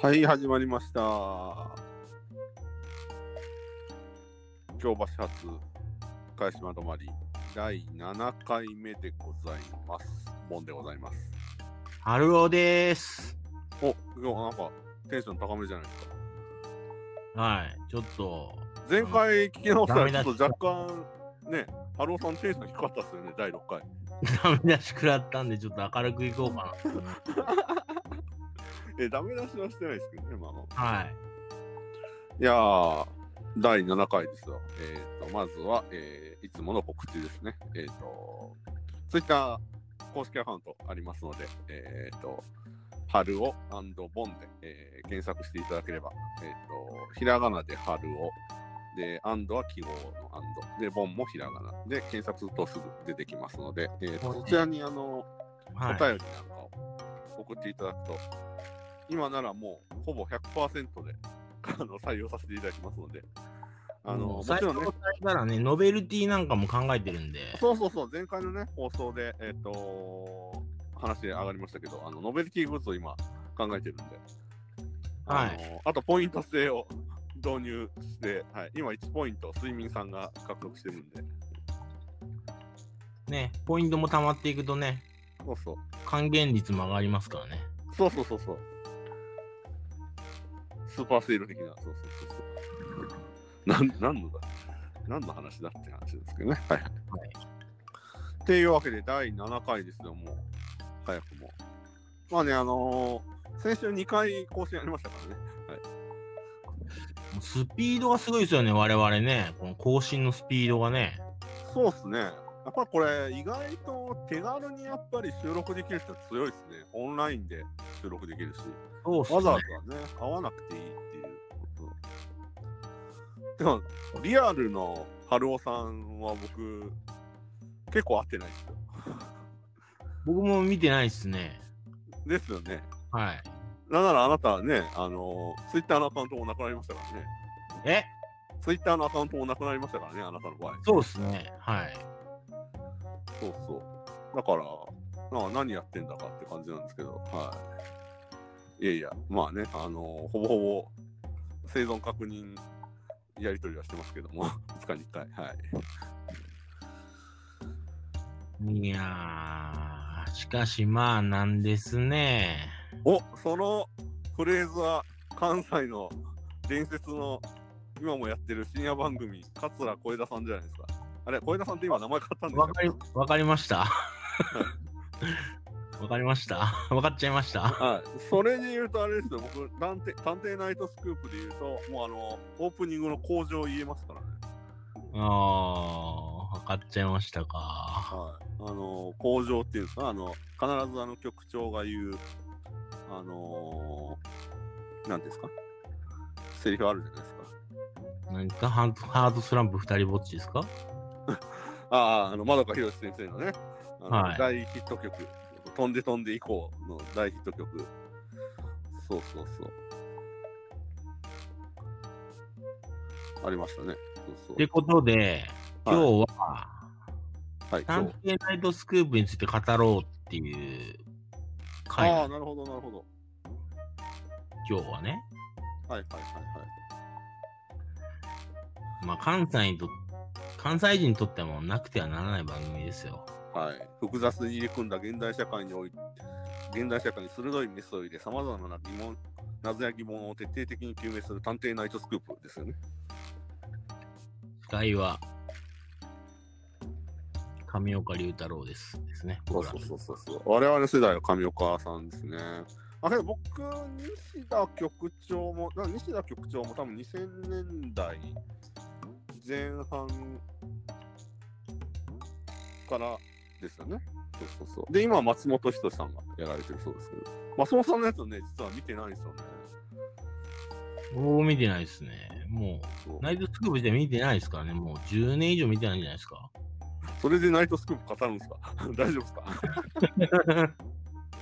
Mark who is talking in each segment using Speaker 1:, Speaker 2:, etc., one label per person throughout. Speaker 1: はい、始まりました。京橋発返島止まり第7回目でございます。もんでございます。
Speaker 2: 春尾です。
Speaker 1: お、今日なんかテンション高めじゃないですか。
Speaker 2: はい。ちょっと、
Speaker 1: 前回聞き直した
Speaker 2: ダメ
Speaker 1: ら
Speaker 2: だ
Speaker 1: ちょっと若干ね、ハローさんテンション低かったですよね、第6回。
Speaker 2: ダメ出し食らったんで、ちょっと明るくいこうか
Speaker 1: え、ダメ出しはしてないですけどね、まあまあ
Speaker 2: な。はい。
Speaker 1: いやー、第7回ですよ。えー、と、まずは、えーいつもの告知ですね。えっ、と、ツイッター公式アカウントありますので、えっ、と、春をボンで、えー検索していただければ、えっ、と、ひらがなで春を、で、アンドは記号のアンド、で、ボンもひらがなで、検索するとすぐ出てきますので、えーとそちらに、あの、お
Speaker 2: はい。
Speaker 1: 便りなんかを送っていただくと、今ならもうほぼ100%であの採用させていただきますので、あのもち
Speaker 2: 最
Speaker 1: ろ
Speaker 2: 初
Speaker 1: んね
Speaker 2: の、たらね、ノベルティなんかも考えてるんで、
Speaker 1: そうそうそう、前回のね、放送で、えっ、と話で上がりましたけど、あのノベルティグッズを今考えてるんで、
Speaker 2: はい
Speaker 1: あのあとポイント制を導入して、はい、今1ポイント、睡眠さんが獲得してるんで、
Speaker 2: ね、ポイントも溜まっていくとね、
Speaker 1: そうそう、
Speaker 2: 還元率も上がりますからね。
Speaker 1: そうそうそうそう。スーパーセール的な、そうそうそうそう。なん、なんのだ何の話だって話ですけどね。はい。はい、っていうわけで、第7回ですよ、もう。早くも。まあね、あのー先週2回更新ありましたからね。
Speaker 2: スピードがすごいですよね、我々ね。この更新のスピードがね。
Speaker 1: そうっすね。やっぱりこれ、意外と手軽にやっぱり収録できる人は強いですね。オンラインで収録できるし。
Speaker 2: そうっすね
Speaker 1: わざわざね、会わなくていいっていうこと。でも、リアルの春尾さんは僕、結構会ってないですよ。
Speaker 2: 僕も見てないっすね。
Speaker 1: ですよね。
Speaker 2: はい。
Speaker 1: なんならあなたはね、あの、ツイッターのアカウントもなくなりましたからね。
Speaker 2: え
Speaker 1: ツイッターのアカウントもなくなりましたからね、あなたの場合。
Speaker 2: そうっすね。はい。
Speaker 1: そうそう。だから、なんか何やってんだかって感じなんですけど、はい。いやいや、まあね、あのほぼほぼ生存確認やり取りはしてますけども、2日に1回。 はい。
Speaker 2: いやー、しかしまあなんですね。
Speaker 1: おそのフレーズは関西の伝説の今もやってる深夜番組桂小枝さんじゃないですかあれ小枝さんって今名前変わったんです
Speaker 2: わ
Speaker 1: か
Speaker 2: かり、わかりました。わかりました。わかっちゃいました。
Speaker 1: はい、それで言うとあれですよ僕探偵探偵ナイトスクープで言うともうあのオープニングの工場言えますからね、
Speaker 2: あー、わかっちゃいましたか。
Speaker 1: はい、あの工場っていうんですかあの必ずあの局長が言うあの何ですかセリフあるじゃないですか
Speaker 2: 何かハートハートスランプ二人ぼっちですか
Speaker 1: ああ、あの、まどかひろし先生のね、あの
Speaker 2: はい
Speaker 1: 大ヒット曲、飛んで飛んで以降の大ヒット曲。そうそうそう。ありましたね。そう
Speaker 2: っ
Speaker 1: そう
Speaker 2: て。ことで、今日は、
Speaker 1: はい、今
Speaker 2: 探
Speaker 1: 日。
Speaker 2: 偵ナイトスクープについて語ろうっていう回
Speaker 1: あ
Speaker 2: な
Speaker 1: あ、
Speaker 2: んで
Speaker 1: なるほど、なるほど。
Speaker 2: す、今日はね。
Speaker 1: はいはいはい
Speaker 2: まあ関西にと、関西人にとってもなくてはならない番組ですよ。
Speaker 1: はい。はい。複雑に入り組んだ現代社会において、現代社会に鋭いメスを入れ、さまざまな疑問、謎や疑問を徹底的に究明する探偵ナイトスクープですよね。
Speaker 2: 深いは、上岡龍太郎です。ですね。
Speaker 1: そう
Speaker 2: 僕ら
Speaker 1: そうそうそうそう。我々世代は上岡さんですね。あ、けど僕、西田局長も、な西田局長も多分2000年代前半からですよね。そうそうそう。で、今は松本人志さんがやられてるそうですけど、松本さんのやつね、実は見てないんですよね。
Speaker 2: もう見てないですね。も
Speaker 1: そう
Speaker 2: う、ナイトスクープじゃ見てないですからね。もう10年以上見てないんじゃないですか。
Speaker 1: それでナイトスクープ語るんですか 大丈夫ですか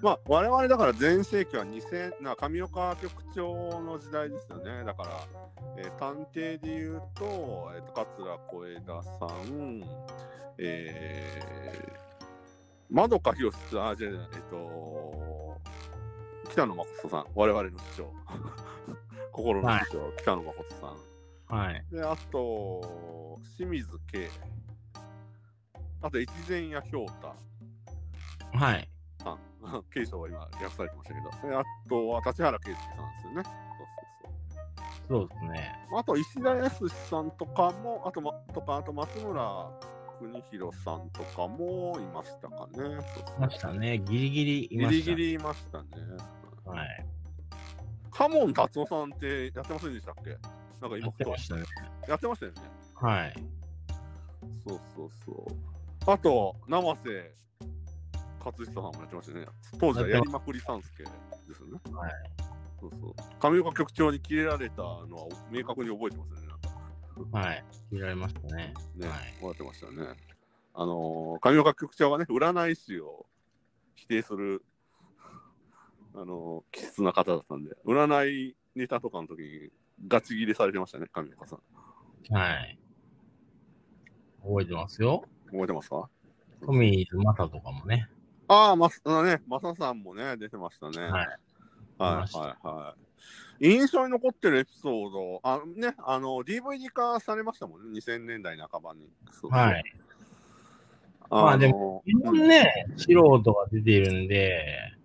Speaker 1: まあ我々だから全盛期は2000な上岡局長の時代ですよねだから、えー探偵で言うと,、えーと桂小枝さんえー、窓かひろしあじゃあえっ、と北野誠さん、我々の師匠、 心の師匠、北野誠さん、
Speaker 2: はい。
Speaker 1: で、あと、清水圭。あと、越前屋氷太
Speaker 2: はい。
Speaker 1: さん。慶章は今、略されてましたけど。で、あとは、立原圭介さんですよね。そうそう
Speaker 2: そうですね。
Speaker 1: そう。あと、石田康さんとかも、あと、ま、とか、あと、松村邦弘さんとかもいましたかね。そうそう
Speaker 2: いましたね。ギリギリい
Speaker 1: ギ
Speaker 2: ました。
Speaker 1: リギリいましたね。
Speaker 2: はい。
Speaker 1: カモン達夫さんってやってませんでしたっけなんか
Speaker 2: や
Speaker 1: 今
Speaker 2: ってましたね。
Speaker 1: やってましたよね。
Speaker 2: はい。
Speaker 1: そうそうそう。あと、生瀬勝久さんもやってましたね。当時はやりまくりさんすけですよね。
Speaker 2: はい。
Speaker 1: そうそう。上岡局長に切れられたのは明確に覚えてますよね。なんか
Speaker 2: はい。切られましたね。
Speaker 1: ね、
Speaker 2: はい
Speaker 1: もらってましたよね。あのー上岡局長はね、占い師を否定する、あのー気質な方だったんで、占いネタとかの時にガチ切れされてましたね、上岡さん。
Speaker 2: はい。覚えてますよ。
Speaker 1: 覚えてますか
Speaker 2: トミーズマサとかもね。
Speaker 1: ああ、まさ、あのね、まささんもね、出てましたね。
Speaker 2: はい。出ま
Speaker 1: は
Speaker 2: し
Speaker 1: い
Speaker 2: た
Speaker 1: はいはい。印象に残ってるエピソード、あのね、あの、DVD 化されましたもんね、2000年代半ばに。そうそう
Speaker 2: はい。
Speaker 1: あ
Speaker 2: まあで
Speaker 1: も
Speaker 2: いろんなね、素人が出てるんで、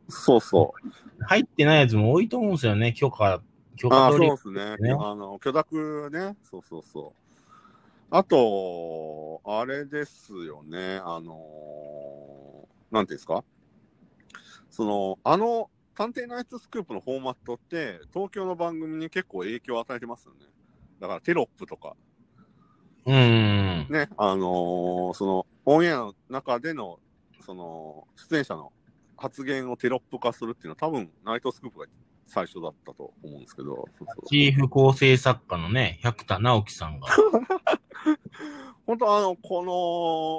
Speaker 1: そうそう。
Speaker 2: 入ってないやつも多いと思うんですよね。許可、許
Speaker 1: あ
Speaker 2: 可
Speaker 1: あ、そう
Speaker 2: 取り。
Speaker 1: ですね。あの、許諾ね、そうそうそう。あと、あれですよね、あのーなんていうんですかその、あの、探偵ナイトスクープのフォーマットって、東京の番組に結構影響を与えてますよね。だからテロップとか、
Speaker 2: うーん。
Speaker 1: ね、あのーそのオンエアの中でのその出演者の発言をテロップ化するっていうのは多分ナイトスクープが最初だったと思うんですけど、そうそう
Speaker 2: チーフ構成作家のね、百田直樹さんが。
Speaker 1: 本当あのこ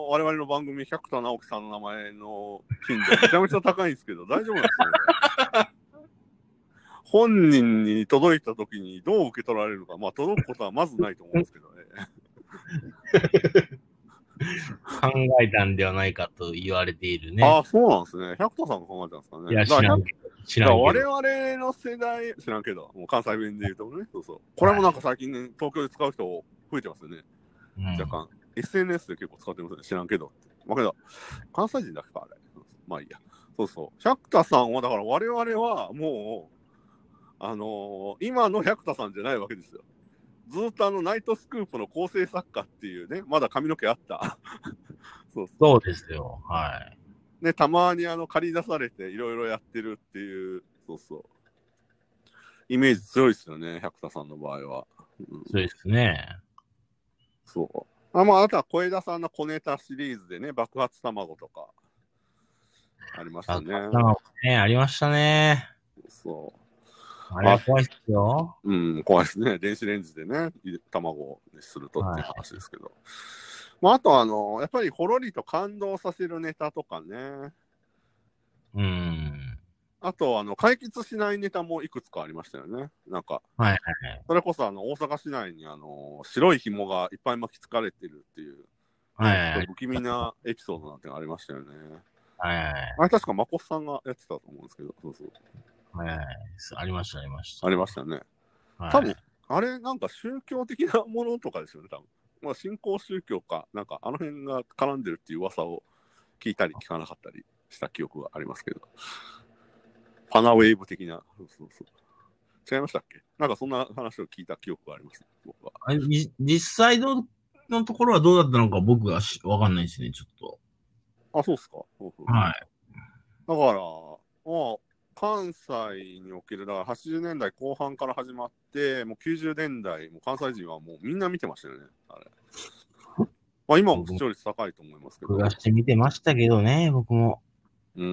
Speaker 1: の我々の番組百田直樹さんの名前の頻度めちゃめちゃ高いんですけど大丈夫なんですかね 本人に届いた時にどう受け取られるか、まあ届くことはまずないと思うんですけどね。
Speaker 2: 考えたんではないかと言われているね。
Speaker 1: ああ、そうなんですね。百田さんが考えたんですかね。
Speaker 2: いや、知
Speaker 1: だから
Speaker 2: んけど。知
Speaker 1: い
Speaker 2: ら
Speaker 1: や
Speaker 2: んけ
Speaker 1: 我
Speaker 2: ど。
Speaker 1: 々の世代、知らんけど、もう関西弁で言うとね、そうそう。これもなんか最近、ね、東京で使う人増えてますよね、
Speaker 2: うん
Speaker 1: 若干。SNS で結構使ってますね、知らんけどって。まあけど、関西人だけか、あれ。そうそうまあいいや。そうそう。百田さんは、だから我々はもう、あのー今の百田さんじゃないわけですよ。ずーっとあの、ナイトスクープの構成作家っていうね、まだ髪の毛あった。 そうそう。
Speaker 2: そうですよ。はい。
Speaker 1: ね、たまにあの借り出されていろいろやってるっていう、そうそう。イメージ強いですよね、百田さんの場合は。うん、
Speaker 2: そうですね。
Speaker 1: そう。あまあ、あとは小枝さんの小ネタシリーズでね、爆発卵とか、ありました
Speaker 2: あ
Speaker 1: ね。
Speaker 2: ね、ありましたね。
Speaker 1: そ
Speaker 2: あれは怖いっすよ。
Speaker 1: う。うん、怖いですね。電子レンジでね、い卵をするとっていう話ですけど。まあ、あとあの、やっぱりほろりと感動させるネタとかね。
Speaker 2: うーん。
Speaker 1: あと、あの、解決しないネタもいくつかありましたよね。なんか、
Speaker 2: はいはい
Speaker 1: それこそあの大阪市内にあの白い紐がいっぱい巻きつかれてるっていう、
Speaker 2: はい。はいはい
Speaker 1: 不気味なエピソードなんてのありましたよね。
Speaker 2: はいはい。
Speaker 1: あれ確かマコさんがやってたと思うんですけど、そうそう。
Speaker 2: はいはい。ありました、ありました。
Speaker 1: ありましたね。
Speaker 2: はい
Speaker 1: 多分、あれなんか宗教的なものとかですよね、多分。まあ、信仰宗教か、なんかあの辺が絡んでるっていう噂を聞いたり聞かなかったりした記憶がありますけど。パナウェーブ的な、そうそうそう。違いましたっけなんかそんな話を聞いた記憶があります、僕は。
Speaker 2: あじ実際ののところはどうだったのか僕はしわかんないですね、ちょっと。
Speaker 1: あ、そうっすか。そうそう
Speaker 2: はい。
Speaker 1: だから、まあ、関西における、だから80年代後半から始まって、もう90年代、もう関西人はもうみんな見てましたよね、 あれ。まあ今も視聴率高いと思いますけど。
Speaker 2: 録画して見てましたけどね、僕も。
Speaker 1: うんう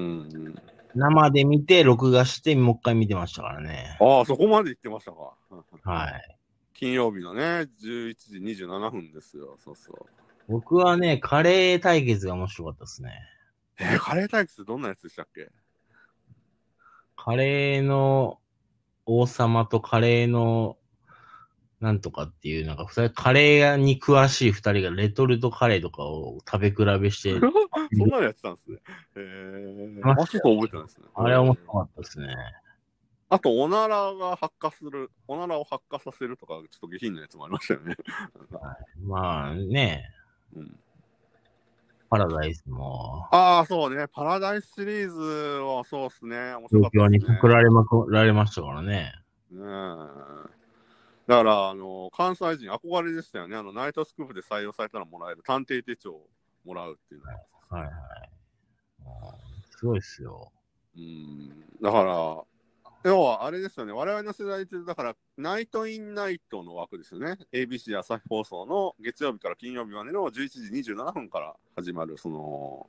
Speaker 1: ん。
Speaker 2: 生で見て、録画して、もう一回見てましたからね。
Speaker 1: ああ、そこまで行ってましたか。
Speaker 2: はい。
Speaker 1: 金曜日のね、11時27分ですよ、そうそう。
Speaker 2: 僕はね、カレー対決が面白かったですね。
Speaker 1: えーカレー対決ってどんなやつでしたっ け、
Speaker 2: カレーの王様とカレーのなんとかっていう、なんか二人、カレーに詳しい二人がレトルトカレーとかを食べ比べして
Speaker 1: そんなのやってたんですね。えー、あ、ちょっと覚えてないですね。
Speaker 2: あれは面白かったですね。
Speaker 1: あと、おならが発火する、おならを発火させるとか、ちょっと下品なやつもありましたよね。
Speaker 2: まあね、
Speaker 1: うん、
Speaker 2: パラダイスも、
Speaker 1: ああ、そうね。パラダイスシリーズはそうっすね。面白かった
Speaker 2: 東京
Speaker 1: っすね
Speaker 2: にパクられまくられましたからね。
Speaker 1: ねえ。だから、あの、関西人憧れでしたよね。あの、ナイトスクープで採用されたらもらえる探偵手帳をもらうっていうのは。
Speaker 2: はいはい。もうすごいっすよ。
Speaker 1: うん。だから、要はあれですよね。我々の世代って、だから、ナイトインナイトの枠ですよね。ABC 朝日放送の月曜日から金曜日までの11時27分から始まる、その、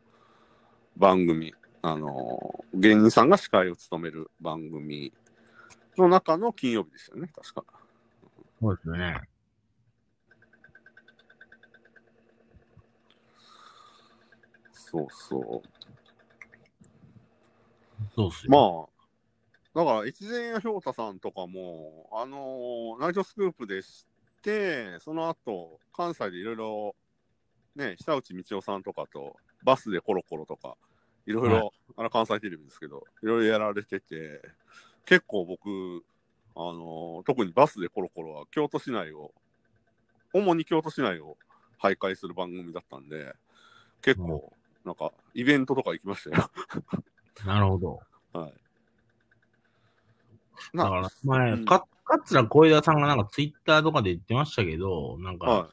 Speaker 1: 番組。あの、芸人さんが司会を務める番組の中の金曜日でしたよね。確か。
Speaker 2: そうですよね。
Speaker 1: そうそう。
Speaker 2: そうっすよ。
Speaker 1: まあ、だから越前屋氷太さんとかも、あのーナイトスクープでして、その後、関西でいろいろ、ね、久内道夫さんとかと、バスでコロコロとか、いろい
Speaker 2: は
Speaker 1: ろ、あの関西テレビですけど、いろいろやられてて、結構僕、あのー特にバスでコロコロは京都市内を、主に京都市内を徘徊する番組だったんで、結構、なんか、イベントとか行きましたよ。
Speaker 2: なるほど。
Speaker 1: はい。
Speaker 2: だ
Speaker 1: な
Speaker 2: から、前、
Speaker 1: うん
Speaker 2: か桂小枝さんがなんかツイッターとかで言ってましたけど、なんか、
Speaker 1: は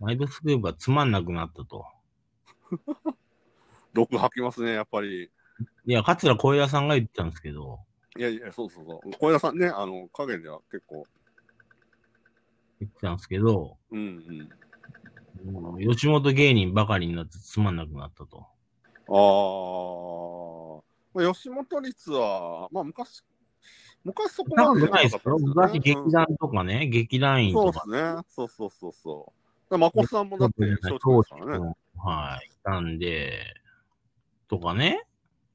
Speaker 2: ナイトスクープはつまんなくなったと。
Speaker 1: い。毒吐きますね、やっぱり。
Speaker 2: いや、桂小枝さんが言ってたんですけど、
Speaker 1: いやいや、そうそうそう。小枝さんね、あの、影では結構、
Speaker 2: 言ってたんですけど、
Speaker 1: うんうん。
Speaker 2: もう吉本芸人ばかりになってつまんなくなったと。
Speaker 1: あーまあ、吉本率は、まあ昔、昔そこ
Speaker 2: な
Speaker 1: ま
Speaker 2: ん
Speaker 1: で
Speaker 2: かないですよ。昔劇
Speaker 1: 団
Speaker 2: 団とかね、劇団員
Speaker 1: そう
Speaker 2: と
Speaker 1: で
Speaker 2: か
Speaker 1: す。ね。そうそうそうそう。だから誠さんもだって、
Speaker 2: そ
Speaker 1: 承
Speaker 2: う
Speaker 1: 知ですからね。
Speaker 2: はい、いたんで、とかね、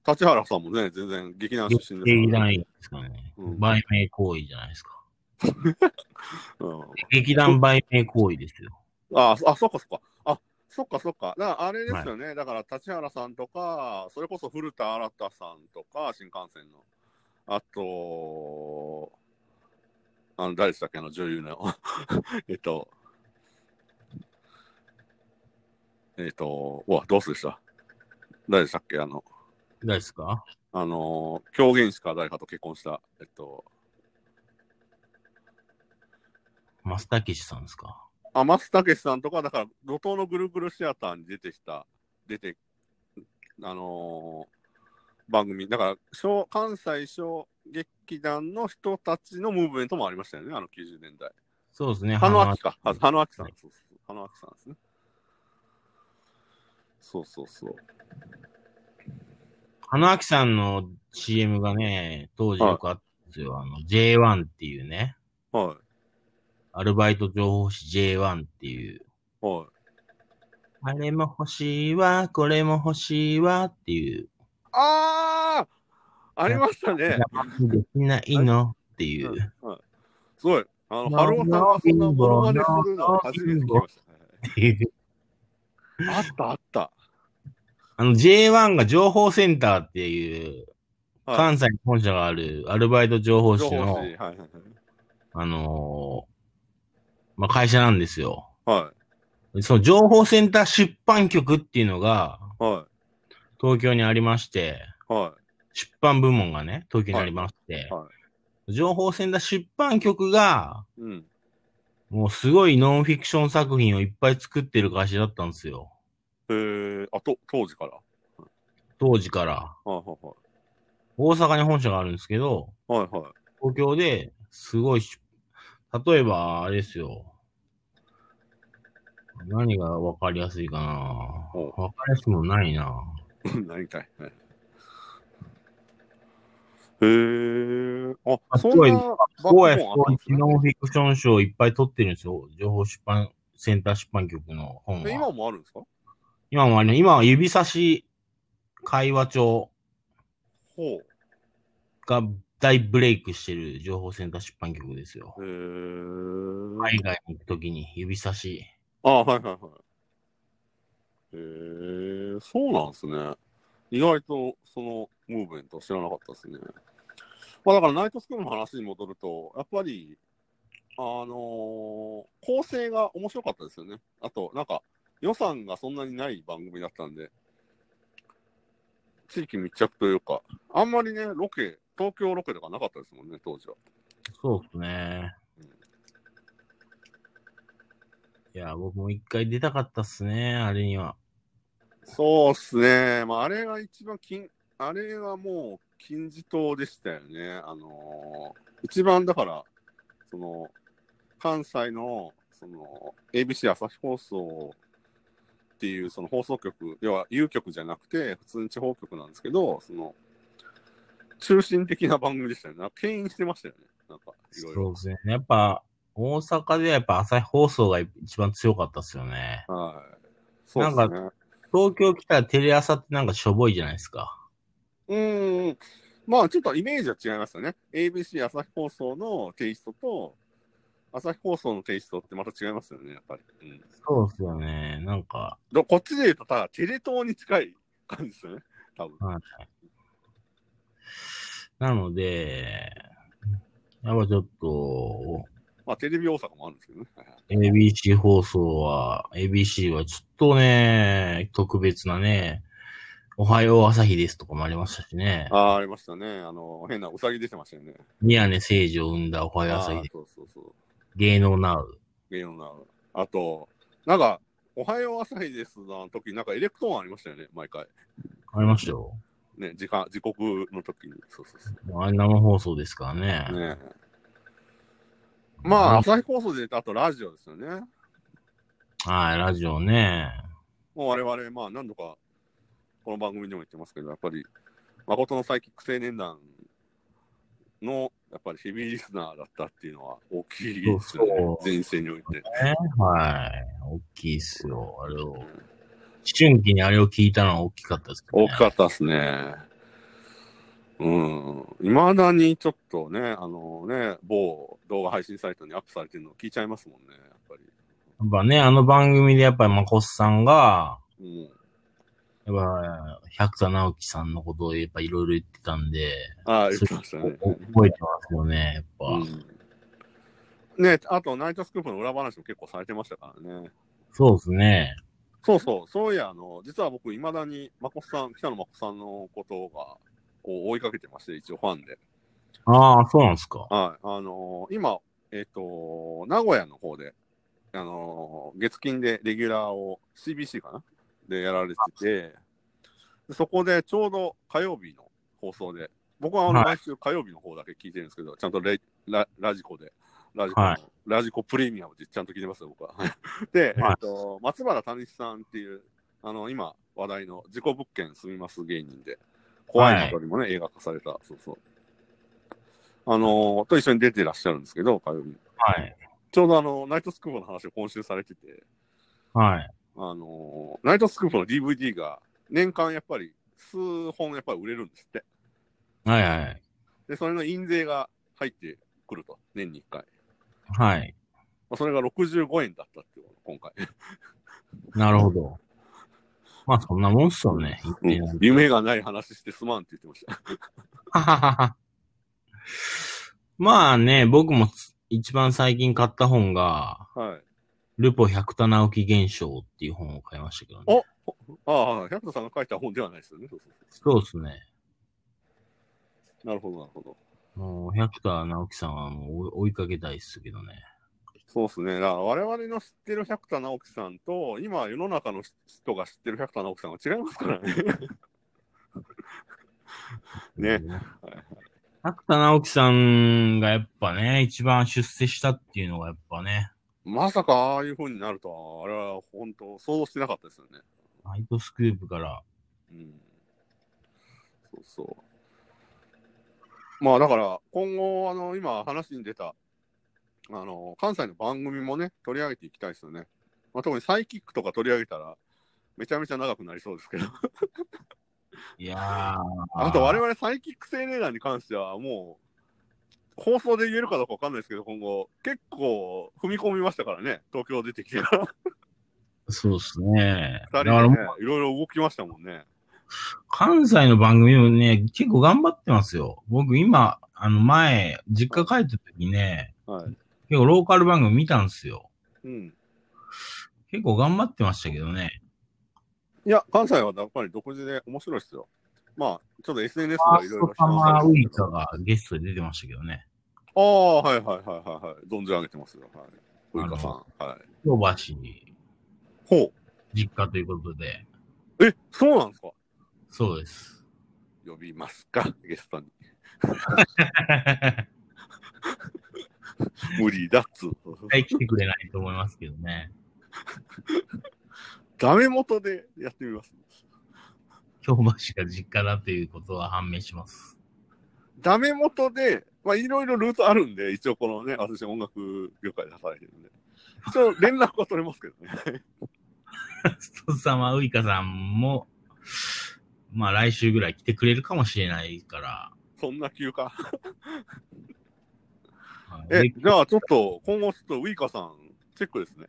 Speaker 1: 立原さんもね、全然劇団出身です
Speaker 2: 劇
Speaker 1: から
Speaker 2: 団
Speaker 1: ね。
Speaker 2: 員ですかね。
Speaker 1: うん
Speaker 2: 売名行為じゃないですか。
Speaker 1: うん
Speaker 2: 劇団売名行為ですよ。
Speaker 1: ああ、そっかそっか。あ、そっかそっか。だからあれですよね。だから、立原さんとか、それこそ古田新太さんとか、新幹線の。あと、あの、誰でしたっけあの、女優の。 えっと、えっと、うわ、どうするでした誰でしたっけあの、
Speaker 2: 誰ですか
Speaker 1: あのー、狂言師か誰かと結婚した。えっと、
Speaker 2: マスタケシさんですか
Speaker 1: あ、松たけしさんとか、だから、怒涛のぐるぐるシアターに出てきた、出て、あのー番組、だから小、関西小劇団の人たちのムーブメントもありましたよね、あの90年代。
Speaker 2: そうですね。
Speaker 1: 羽野
Speaker 2: 花
Speaker 1: 明
Speaker 2: 輪
Speaker 1: か、あ羽野明さん、そうそう、羽野明さんですね。そうそうそう。
Speaker 2: 花明さんの CM がね、当時よくあったんですよ。あの、J1 っていうね、
Speaker 1: は
Speaker 2: アルバイト情報誌 J1 っていう。
Speaker 1: い、はい。
Speaker 2: あれも欲しいわ、これも欲しいわっていう。
Speaker 1: あーありましたね。
Speaker 2: 我慢できないのっていう。
Speaker 1: すごい。あの、
Speaker 2: な
Speaker 1: 春尾さんはそんなモノマネするの初めて聞きましたね。
Speaker 2: っていう
Speaker 1: あったあった。
Speaker 2: あの J1 が情報センターっていう、
Speaker 1: はい
Speaker 2: 関西に本社があるアルバイト情報誌
Speaker 1: 情
Speaker 2: の
Speaker 1: 報、誌はいはいはい。
Speaker 2: あのーまあ、会社なんですよ。
Speaker 1: は
Speaker 2: その情報センター出版局っていうのが
Speaker 1: い。はい。
Speaker 2: 東京にありまして、
Speaker 1: は
Speaker 2: 出版部門がね、東京にありまして、
Speaker 1: はいは
Speaker 2: 情報センター出版局が、
Speaker 1: い。うん。
Speaker 2: もうすごいノンフィクション作品をいっぱい作ってる会社だったんですよ。
Speaker 1: えー、あと、当時から。
Speaker 2: 当時から。
Speaker 1: はいは
Speaker 2: 大阪に本社があるんですけど、
Speaker 1: いはい。はいはい。
Speaker 2: 東京ですごいし、例えば、あれですよ。何がわかりやすいかな
Speaker 1: お
Speaker 2: わかりやすくもないな
Speaker 1: 何かい。はいへえー、あ、
Speaker 2: あ
Speaker 1: そ
Speaker 2: す
Speaker 1: ん
Speaker 2: ごい
Speaker 1: なバックボ
Speaker 2: 大
Speaker 1: ー
Speaker 2: 谷
Speaker 1: ンあったんで
Speaker 2: 光
Speaker 1: す
Speaker 2: 一
Speaker 1: ね
Speaker 2: ノンフィクション賞をいっぱい取ってるんですよ。情報出版、センター出版局の本
Speaker 1: え
Speaker 2: は。
Speaker 1: 今もあるんですか
Speaker 2: 今もあれ、今は指差し会話帳
Speaker 1: ほう。
Speaker 2: が大ブレイクしてる情報センター出版局ですよ
Speaker 1: へえ。ー。
Speaker 2: 海外に行くときに指差し。
Speaker 1: あ、はいはいはい。へえー、そうなんですね。意外とそのムーブメント知らなかったですね。まあ、だからナイトスクールの話に戻ると、やっぱり、あのー構成が面白かったですよね。あと、なんか、予算がそんなにない番組だったんで、地域密着というか、あんまりね、ロケ、東京ロケとかなかったですもんね、当時は。
Speaker 2: そうですね。いや、僕も一回出たかったっすね、あれには。
Speaker 1: そうっすね。まあ、あれが一番金、あれがもう金字塔でしたよね。あのー一番だから、その、関西の、その、ABC 朝日放送っていう、その放送局、要は、有局じゃなくて、普通に地方局なんですけど、その、中心的な番組でしたよね。なんか牽引してましたよね。なんか、いろいろ。
Speaker 2: そうですね。やっぱ、大阪ではやっぱ朝日放送が一番強かったっすよね。
Speaker 1: はい。そうですね。
Speaker 2: なん東京来たらテレ朝ってなんかしょぼいじゃないですか。
Speaker 1: うーん。まあちょっとイメージは違いますよね。ABC 朝日放送のテイストと、朝日放送のテイストってまた違いますよね、やっぱり。うん、
Speaker 2: そうですよね。なんか、
Speaker 1: どこっちで言うと、ただテレ東に近い感じですよね、多分。
Speaker 2: はい。なので、やっぱちょっと、
Speaker 1: まあテレビ大阪もあるんですけどね。はいはい
Speaker 2: ABC 放送は、ABC はちょっとね、特別なね、おはよう朝日ですとかもありましたしね
Speaker 1: あ。あ、ありましたね。あの、変なウサギ出てましたよね。
Speaker 2: 宮根誠司を生んだおはよう朝
Speaker 1: あ
Speaker 2: 日
Speaker 1: ー
Speaker 2: です。
Speaker 1: そうそうそう。
Speaker 2: 芸能ナウ。
Speaker 1: 芸能な。あと、なんか、おはよう朝日ですの時なんかエレクトーンありましたよね、毎回。
Speaker 2: ありましたよ。
Speaker 1: ね、時間、時刻の時に。そうそうそう。
Speaker 2: あれ生放送ですからね。
Speaker 1: ねえまあ、朝日放送で言うと、あとラジオですよね。
Speaker 2: はい、ラジオね。
Speaker 1: もう我々、まあ、何度か、この番組でも言ってますけど、やっぱり、誠のサイキック青年団の、やっぱりヘビーリスナーだったっていうのは大きいですよね。
Speaker 2: そうそう
Speaker 1: 人生において。
Speaker 2: はい。大きいっすよ。あれを。思春期にあれを聞いたのは大きかったですけど、ね。
Speaker 1: 大きかったですね。うん。いまだにちょっとね、あのね、某動画配信サイトにアップされてるの聞いちゃいますもんね、やっぱり。
Speaker 2: やっぱね、あの番組でやっぱりマコスさんが、
Speaker 1: うん。
Speaker 2: やっぱ、百田直樹さんのことをやっぱいろいろ言ってたんで、
Speaker 1: ああ、言っ
Speaker 2: そ
Speaker 1: て
Speaker 2: れ
Speaker 1: ましたね。
Speaker 2: お覚えてますよね、やっぱ。
Speaker 1: うん、ねあと、ナイトスクープの裏話も結構されてましたからね。
Speaker 2: そうですね。
Speaker 1: そうそう、そういや、あの、実は僕、いまだに、まこさん、北野まこさんのことが、を追いかけてまして、一応ファンで。
Speaker 2: ああ、そうなんですか。
Speaker 1: はい。あのー今、えっ、と、名古屋の方で、あのー月金でレギュラーを CBC かなでやられてて、でそこでちょうど火曜日の放送で、僕はあの
Speaker 2: はい
Speaker 1: 毎週火曜日の方だけ聞いてるんですけど、ちゃんとレララジコで、ラジコ,、
Speaker 2: はい
Speaker 1: ラジコプレミアムでちゃんと聞いてますよ、僕は。で、
Speaker 2: はい
Speaker 1: えっと、松原谷さんっていう、あの、今話題の事故物件住みます芸人で、怖い窓にもね、映画化された、そうそう。あのーと一緒に出てらっしゃるんですけど、火曜日。
Speaker 2: はい。
Speaker 1: ちょうどあの、ナイトスクープの話を今週されてて、
Speaker 2: はい。
Speaker 1: あのーナイトスクープの DVD が年間やっぱり数本やっぱり売れるんですって。
Speaker 2: はいはい。
Speaker 1: で、それの印税が入ってくると、年に1回。
Speaker 2: はい。
Speaker 1: まあ、それが65円だったっていうの今回。
Speaker 2: なるほど。まあそんなもんっすよね。 言って
Speaker 1: 夢がない話してすまんって言ってました。
Speaker 2: ははははまあね、僕もつ一番最近買った本が、
Speaker 1: はい。
Speaker 2: ルポ百田直樹現象っていう本を買いましたけどね。
Speaker 1: ああ、百田さんが書いた本ではないですよね。そうそう
Speaker 2: そうですね。
Speaker 1: そうなるほど、なるほど。
Speaker 2: もう、百田直樹さんはもう追い追いかけたいっすけどね。
Speaker 1: そうですね。だから我々の知ってる百田直樹さんと、今世の中の人が知ってる百田直樹さんは違いますからね。ね。
Speaker 2: 百田直樹さんがやっぱね、一番出世したっていうのがやっぱね、
Speaker 1: まさかああいう風になるとは、あれは本当想像してなかったですよね。
Speaker 2: ナイトスクープから。
Speaker 1: うん。そうそう。まあだから、今後、あの、今話に出た、あの、関西の番組もね、取り上げていきたいですよね。まあ特にサイキックとか取り上げたら、めちゃめちゃ長くなりそうですけど。
Speaker 2: いやー。
Speaker 1: あと我々サイキック青年団に関してはもう放送で言えるかどうかわかんないですけど今後結構踏み込みましたからね東京出てきて から
Speaker 2: そうですね。だ
Speaker 1: 2
Speaker 2: から
Speaker 1: 人
Speaker 2: も
Speaker 1: で
Speaker 2: う
Speaker 1: ねいろいろ動きましたもんね
Speaker 2: 関西の番組もね、結構頑張ってますよ。僕今、あの前、実家帰った時ね、
Speaker 1: はい。
Speaker 2: 結構ローカル番組見たんですよ。
Speaker 1: うん。
Speaker 2: 結構頑張ってましたけどね。
Speaker 1: いや、関西はやっぱり独自で面白いですよ。まあ、ちょっと SNS
Speaker 2: ファ
Speaker 1: が
Speaker 2: ー
Speaker 1: い
Speaker 2: ス
Speaker 1: ろい
Speaker 2: ト
Speaker 1: ろ
Speaker 2: サマーウイカがゲストで出てましたけどね。
Speaker 1: ああ、はいはいはいはいはい。存じ上げてますよ。はい。ウイカさん。はい。
Speaker 2: 京橋に
Speaker 1: ほ
Speaker 2: 実家ということで。
Speaker 1: う。え、そうなんですか
Speaker 2: そ うです。
Speaker 1: 呼びますかゲストに。無理だっつう。
Speaker 2: 絶対来てくれないと思いますけどね。
Speaker 1: ダメ元でやってみます。
Speaker 2: 京橋が実家だということは判明します。
Speaker 1: ダメ元で、まあ、いろいろルートあるんで、一応このね、私音楽業界で働いてるんで。一応連絡は取れますけどね。
Speaker 2: ファーストサマーウイカさんも、まあ来週ぐらい来てくれるかもしれないから。
Speaker 1: そんな急か。
Speaker 2: は
Speaker 1: え、
Speaker 2: い
Speaker 1: じゃあちょっと、今後ちょっとウイカさん、チェックですね。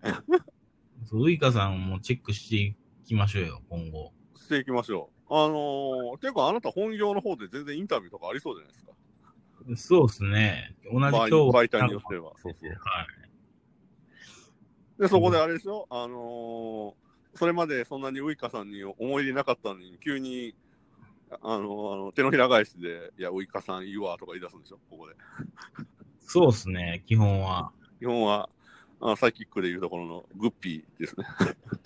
Speaker 2: そうウイカさんもチェックしていきましょうよ、今後。
Speaker 1: していきましょう。あのー、ていうかあなた本業の方で全然インタビューとかありそうじゃないですか。
Speaker 2: そうですね。同じ
Speaker 1: まあ、
Speaker 2: 今日は
Speaker 1: 媒体によっては。そうそう。
Speaker 2: はい。
Speaker 1: で、そこであれでしょ、あのーそれまでそんなにウイカさんに思い入れなかったのに、急に、あのーあの手のひら返しで、いや、ウイカさんいいわとか言い出すんでしょ、ここで。
Speaker 2: そうですね、基本は。
Speaker 1: 日本はあサイキックでいうところのグッピーですね。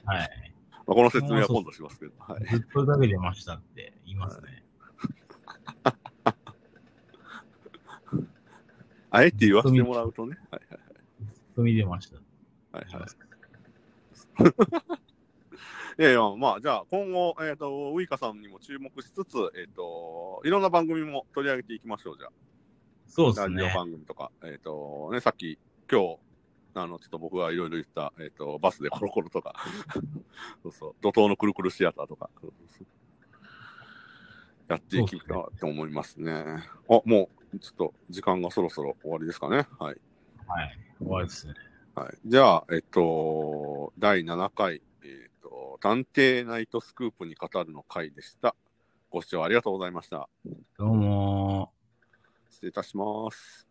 Speaker 2: はい。
Speaker 1: まあこの説明は今度しますけど。はい、
Speaker 2: ずっとだけ出ましたって言いますね。
Speaker 1: あえて言わせてもらうとね。はい
Speaker 2: ずっと見てました。
Speaker 1: はいはい。はい、いやいや、まあ、じゃあ今後、えっ、と、ウイカさんにも注目しつつ、えっ、と、いろんな番組も取り上げていきましょう、じゃあ。
Speaker 2: そうで
Speaker 1: ラ
Speaker 2: す
Speaker 1: ジオ
Speaker 2: ね。
Speaker 1: 番組とか、えっ、と、ね、さっき、今日、あの、ちょっと僕がいろいろ言った、えっ、と、バスでコロコロとか、 そうそう、怒涛のくるくるシアターとか、そうそうやっていきたいなと思いますね。あ、もう、ちょっと時間がそろそろ終わりですかね。はい。
Speaker 2: はい。終わりですね。
Speaker 1: はい、じゃあ、えっと、第7回、えっと、探偵ナイトスクープに語るの回でした。ご視聴ありがとうございました。
Speaker 2: どうもー。
Speaker 1: 失礼いたします。